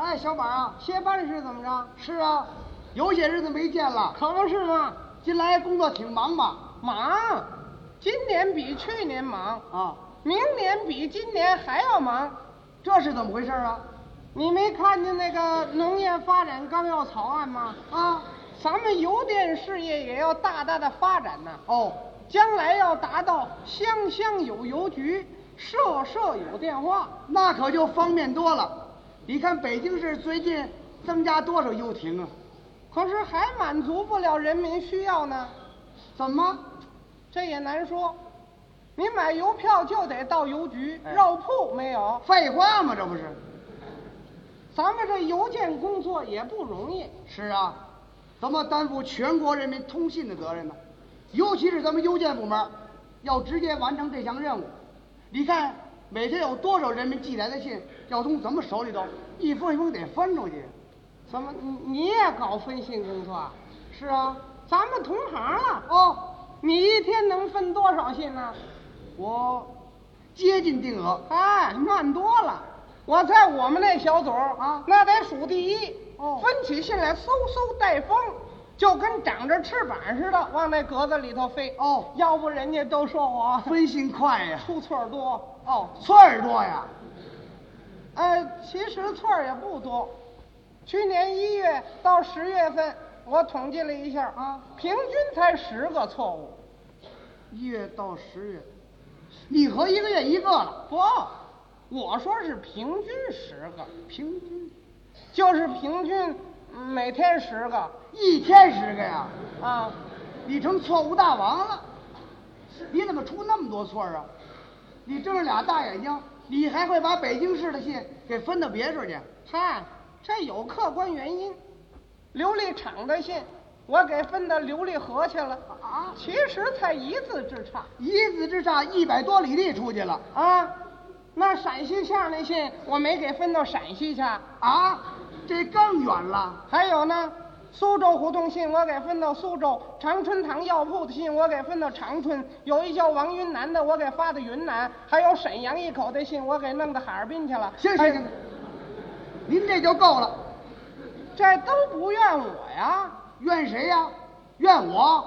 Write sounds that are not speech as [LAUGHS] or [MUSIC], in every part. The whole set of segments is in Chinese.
哎小宝啊，歇班的事怎么着？是啊，有些日子没见了，可不是嘛，近来工作挺忙吧？忙，今年比去年忙，啊，明年比今年还要忙。这是怎么回事啊？你没看见那个农业发展纲要草案吗？啊，咱们邮电事业也要大大的发展呐、哦，将来要达到乡乡有邮局，社社有电话。那可就方便多了。你看北京市最近增加多少邮亭啊？可是还满足不了人民需要呢，怎么？这也难说。你买邮票就得到邮局，哎绕铺没有。废话吗？这不是？咱们这邮件工作也不容易，是啊，咱们担负全国人民通信的责任呢，尤其是咱们邮件部门儿，要直接完成这项任务。你看每天有多少人民寄来的信，要从咱们手里头一封一封得分出去。怎么你你也搞分信工作啊？是啊，咱们同行啊，哦，你一天能分多少信呢、我接近定额。哎，慢多了。我在我们那小组啊那得数第一。哦分起信来嗖嗖带风，就跟长着翅膀似的往那格子里头飞。哦要不人家都说我 [LAUGHS] 分心快呀，出错儿多。哦，刺儿多呀，呃，其实错儿也不多。去年一月到十月份，我统计了一下啊平均才十个错误。一月到十月，你合一个月一个了，不，我说是平均十个，平均就是平均嗯每天十个一天十个呀。啊。你成错误大王了，你怎么出那么多错儿啊？你睁着俩大眼睛，你还会把北京市的信给分到别处去？嗨，这有客观原因。琉璃厂的信，我给分到琉璃河去了啊其实才一字之差一字之差，一百多里地出去了啊。那陕西巷那信，我没给分到陕西去。啊，这更远了。还有呢，苏州胡同信我给分到苏州，长春堂药铺的信我给分到长春，有一叫王云南的我给发到云南，还有沈阳一口的信我给弄到哈尔滨去了。行哎行行，您这就够了。这都不怨我呀。怨谁呀、怨我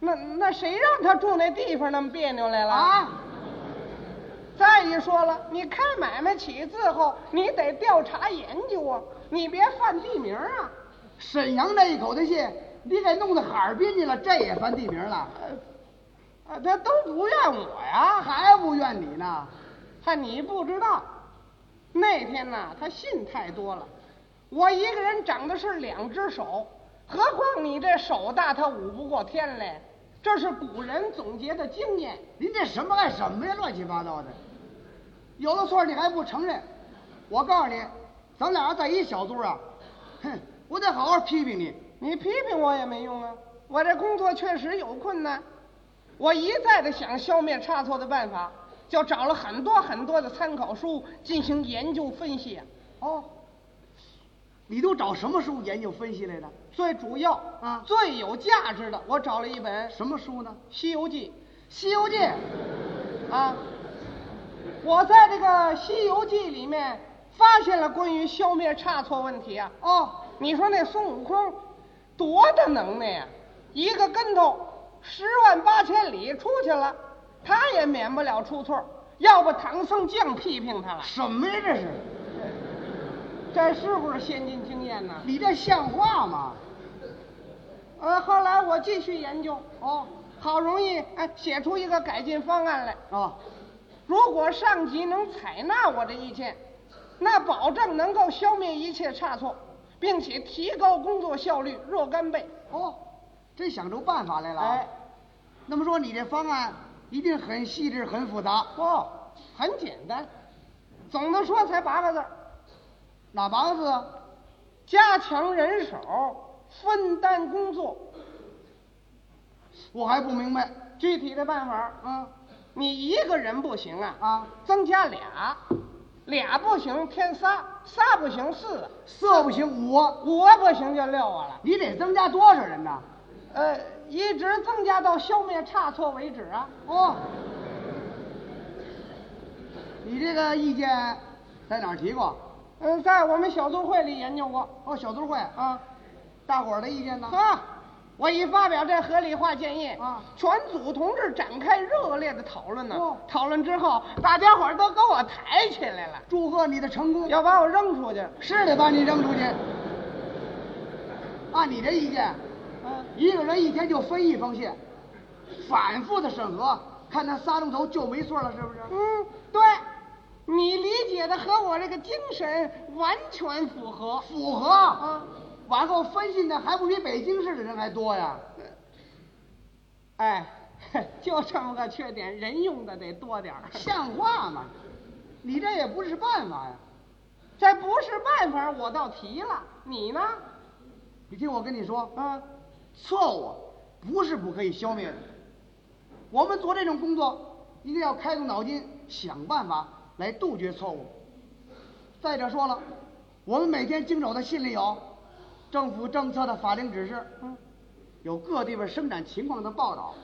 那那谁让他住那地方那么别扭来了？啊？再一说了，你开买卖起字后，你得调查研究啊，你别犯地名啊。沈阳那一口的信，你给弄到哈尔滨去了，这也翻地名了，啊，他都不怨我呀。还不怨你呢？嗨，你不知道，那天呐，他信太多了，我一个人长的是两只手，何况你这手大，他舞不过天来。这是古人总结的经验。您这什么爱什么呀？乱七八糟的，有的错你还不承认。我告诉你，咱俩要在一小组啊，哼，我得好好批评你。你批评我也没用啊，我这工作确实有困难，我一再的想消灭差错的办法，就找了很多很多的参考书进行研究分析啊。哦，你都找什么书研究分析来的？最主要啊最有价值的，我找了一本《什么书呢？西游记《西游记》。》啊。我在这个《西游记》里面发现了关于消灭差错问题啊。哦，你说那孙悟空多大能耐呀、啊一个跟头十万八千里出去了，他也免不了出错。要不唐僧净批评他了，什么呀？这是？这是不是先进经验呢？你这像话吗？呃，后来我继续研究，哦，好容易哎写出一个改进方案来。啊，如果上级能采纳我的意见，那保证能够消灭一切差错，并且提高工作效率若干倍。哦，真想出办法来了啊。哎，那么说你这方案一定很细致、很复杂。不、哦很简单，总的说才八个字儿：哪八个字啊？加强人手，分担工作。我还不明白。具体的办法，啊嗯你一个人不行啊，啊，增加俩，俩不行添仨，仨不行四，色不行五啊，五不行就六啊了。你得增加多少人呢？呃，一直增加到消灭差错为止啊。哦，你这个意见在哪儿提过？嗯，在我们小组会里研究过哦，小组会，啊。大伙儿的意见呢？啊，我一发表这合理化建议啊全组同志展开热烈的讨论呢、哦讨论之后，大家伙儿都给我抬起来了，祝贺你的成功，要把我扔出去。是得把你扔出去。按你这意见，嗯，一个人一天就分一封信，反复的审核，看他仨钟头就没错了，是不是？嗯，对，你理解的和我这个精神完全符合。符合。嗯往后分信的还不比北京市的人还多呀？哎， [LAUGHS] 就这么个缺点，人用的得多点儿。 [LAUGHS] 像话吗？你这也不是办法呀！这不是办法，我倒提了，你呢？你听我跟你说，啊，错误不是不可以消灭的。我们做这种工作，一定要开动脑筋，想办法来杜绝错误。再者说了，我们每天经手的信里有政府政策的法令指示，嗯，有各地方生产情况的报道，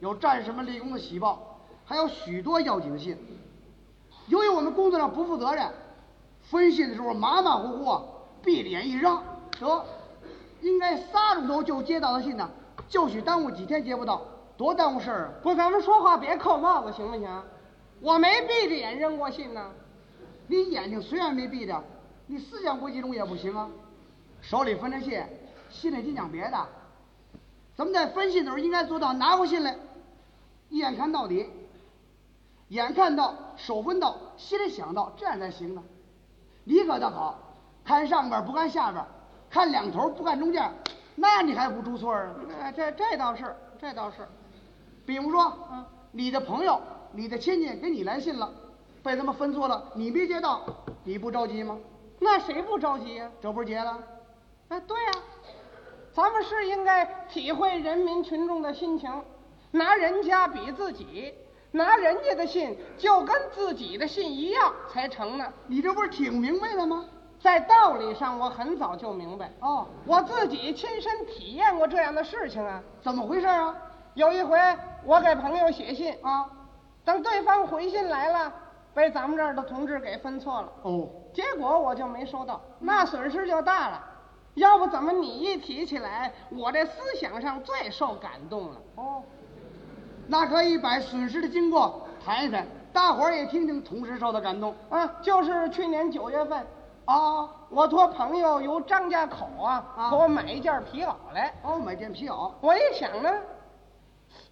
有战士们立功的喜报，还有许多要紧信。由于我们工作上不负责任，分信的时候马马虎虎啊，闭着眼一扔，得，应该仨钟头就接到的信呢，就许耽误几天接不到，多耽误事儿啊！不，咱们说话别扣帽子，行不行？我没闭着眼扔过信呢。你眼睛虽然没闭着，你思想不集中也不行啊。手里分着信，心里净想别的。咱们在分信的时候应该做到拿过信来，一眼看到底，眼看到，手分到，心里想到，这样才行呢。你可倒好，看上边不看下边，看两头不看中间，那你还不出错啊？哎，这这倒是，这倒是。比如说，嗯你的朋友、你的亲戚给你来信了，被他们分错了，你没接到，你不着急吗？那谁不着急呀、这不是结了？哎，对呀、咱们是应该体会人民群众的心情，拿人家比自己，拿人家的信就跟自己的信一样才成呢。你这不是挺明白的吗？在道理上，我很早就明白，哦，我自己亲身体验过这样的事情啊。怎么回事啊？有一回，我给朋友写信，啊，等对方回信来了，被咱们这儿的同志给分错了。哦，结果我就没收到，那损失就大了。要不怎么你一提起来，我这思想上最受感动了。哦，那可以把损失的经过谈一谈，大伙儿也听听，同时受到感动。啊，就是去年九月份，哦，我托朋友由张家口啊啊给我买一件皮袄来。哦，买件皮袄，我一想呢，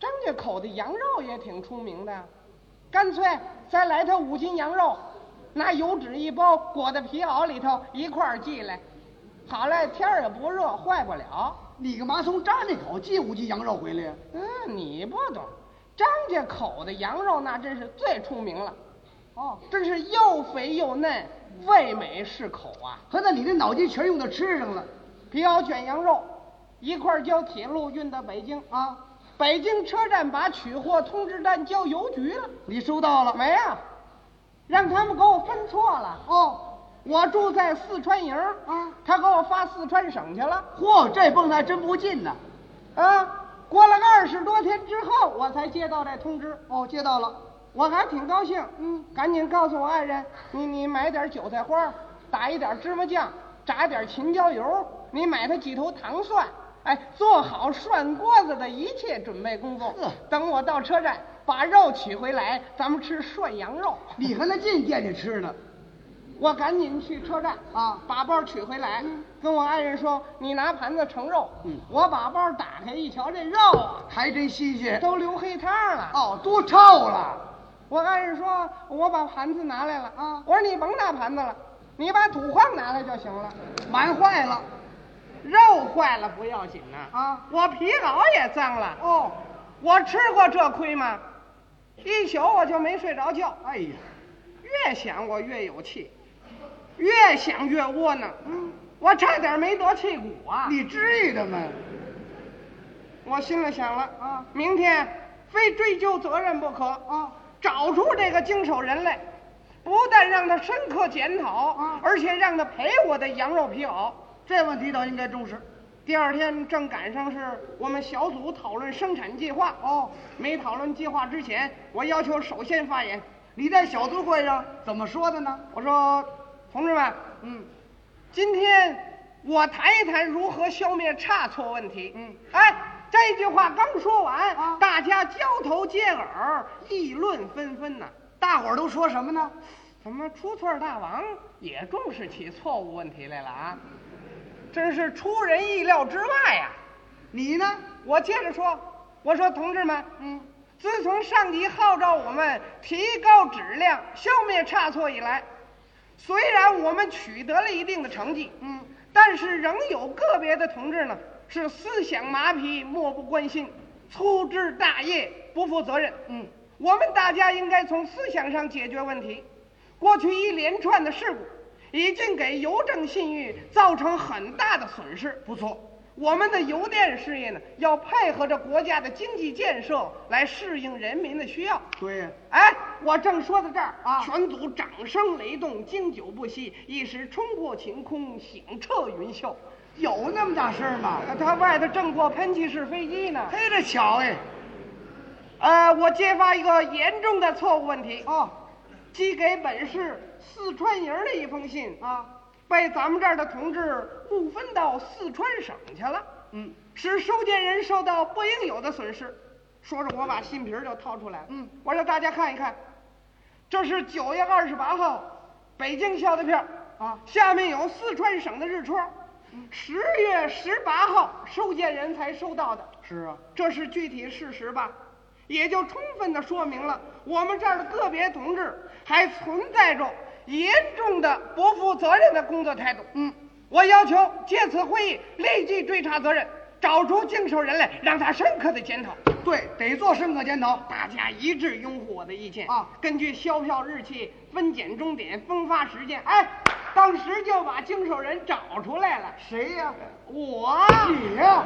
张家口的羊肉也挺出名的，干脆再来他五斤羊肉，拿油纸一包，裹在皮袄里头一块儿寄来。好嘞，天儿也不热，坏不了。你干嘛从张家口寄五斤羊肉回来呀？嗯，你不懂，张家口的羊肉那真是最出名了，哦，真是又肥又嫩，味美适口啊！合着你这脑筋全用到吃上了。皮袄卷羊肉，一块儿交铁路运到北京啊，北京车站把取货通知单交邮局了，你收到了？没啊？让他们给我分错了。哦，我住在四川营儿啊他给我发四川省去了嚯，这蹦的还真不近呢。啊。过了二十多天之后，我才接到这通知。哦，接到了。我还挺高兴，嗯，赶紧告诉我爱人，你你买点韭菜花，打一点芝麻酱，炸点秦椒油，你买他几头糖蒜，哎，做好涮锅子的一切准备工作呵。等我到车站把肉取回来，咱们吃涮羊肉。你还能进店里吃呢？我赶紧去车站啊把包取回来，跟我爱人说，你拿盘子盛肉。嗯我把包打开一瞧，这肉啊，还真新鲜。都流黑汤了。哦，都臭了。我爱人说，我把盘子拿来了啊我说你甭拿盘子了，你把土筐拿来就行了。满坏了。肉坏了不要紧呐、啊我皮袄也脏了。哦，我吃过这亏吗？一宿我就没睡着觉，哎呀，越想我越有气，越想越窝囊。嗯，我差点没得气骨啊！你至于的吗？我心里想了啊明天非追究责任不可啊！找出这个经手人来，不但让他深刻检讨，啊而且让他赔我的羊肉皮袄。这问题倒应该重视。第二天正赶上是我们小组讨论生产计划哦，没讨论计划之前，我要求首先发言。 [LAUGHS] 你在小组会上怎么说的呢？我说，同志们，嗯，今天我谈一谈如何消灭差错问题。嗯哎，这句话刚说完，啊大家交头接耳，议论纷纷呐、大伙儿都说什么呢？怎么出错大王也重视起错误问题来了啊？真是出人意料之外啊呀、你呢？我接着说，我说同志们，嗯，自从上级号召我们提高质量、消灭差错以来，虽然我们取得了一定的成绩，嗯，但是仍有个别的同志呢是思想麻痹、漠不关心、粗枝大叶、不负责任。嗯，我们大家应该从思想上解决问题。过去一连串的事故已经给邮政信誉造成很大的损失。不错，我们的邮电事业呢，要配合着国家的经济建设来适应人民的需要。对，哎，我正说到这儿啊全组掌声雷动，经久不息，一时冲破晴空，响彻云霄。有那么大事儿吗？他他外头正过喷气式飞机呢。嘿，这巧哎，呃，我揭发一个严重的错误问题，哦，寄给本市四川营儿的一封信，啊，被咱们这儿的同志误分到四川省去了。嗯使收件人受到不应有的损失。说着，我把信皮儿就掏出来了。嗯，我让大家看一看，这是九月二十八号北京校的票儿啊下面有四川省的日戳，嗯十月十八号收件人才收到的。是啊，这是具体事实吧，也就充分的说明了我们这儿的个别同志还存在着严重的不负责任的工作态度。嗯，我要求借此会议立即追查责任，找出经手人来，让他深刻的检讨。对，得做深刻检讨。大家一致拥护我的意见啊根据销票日期、分拣终点、分发时间，哎，当时就把经手人找出来了。谁呀、我啊你呀、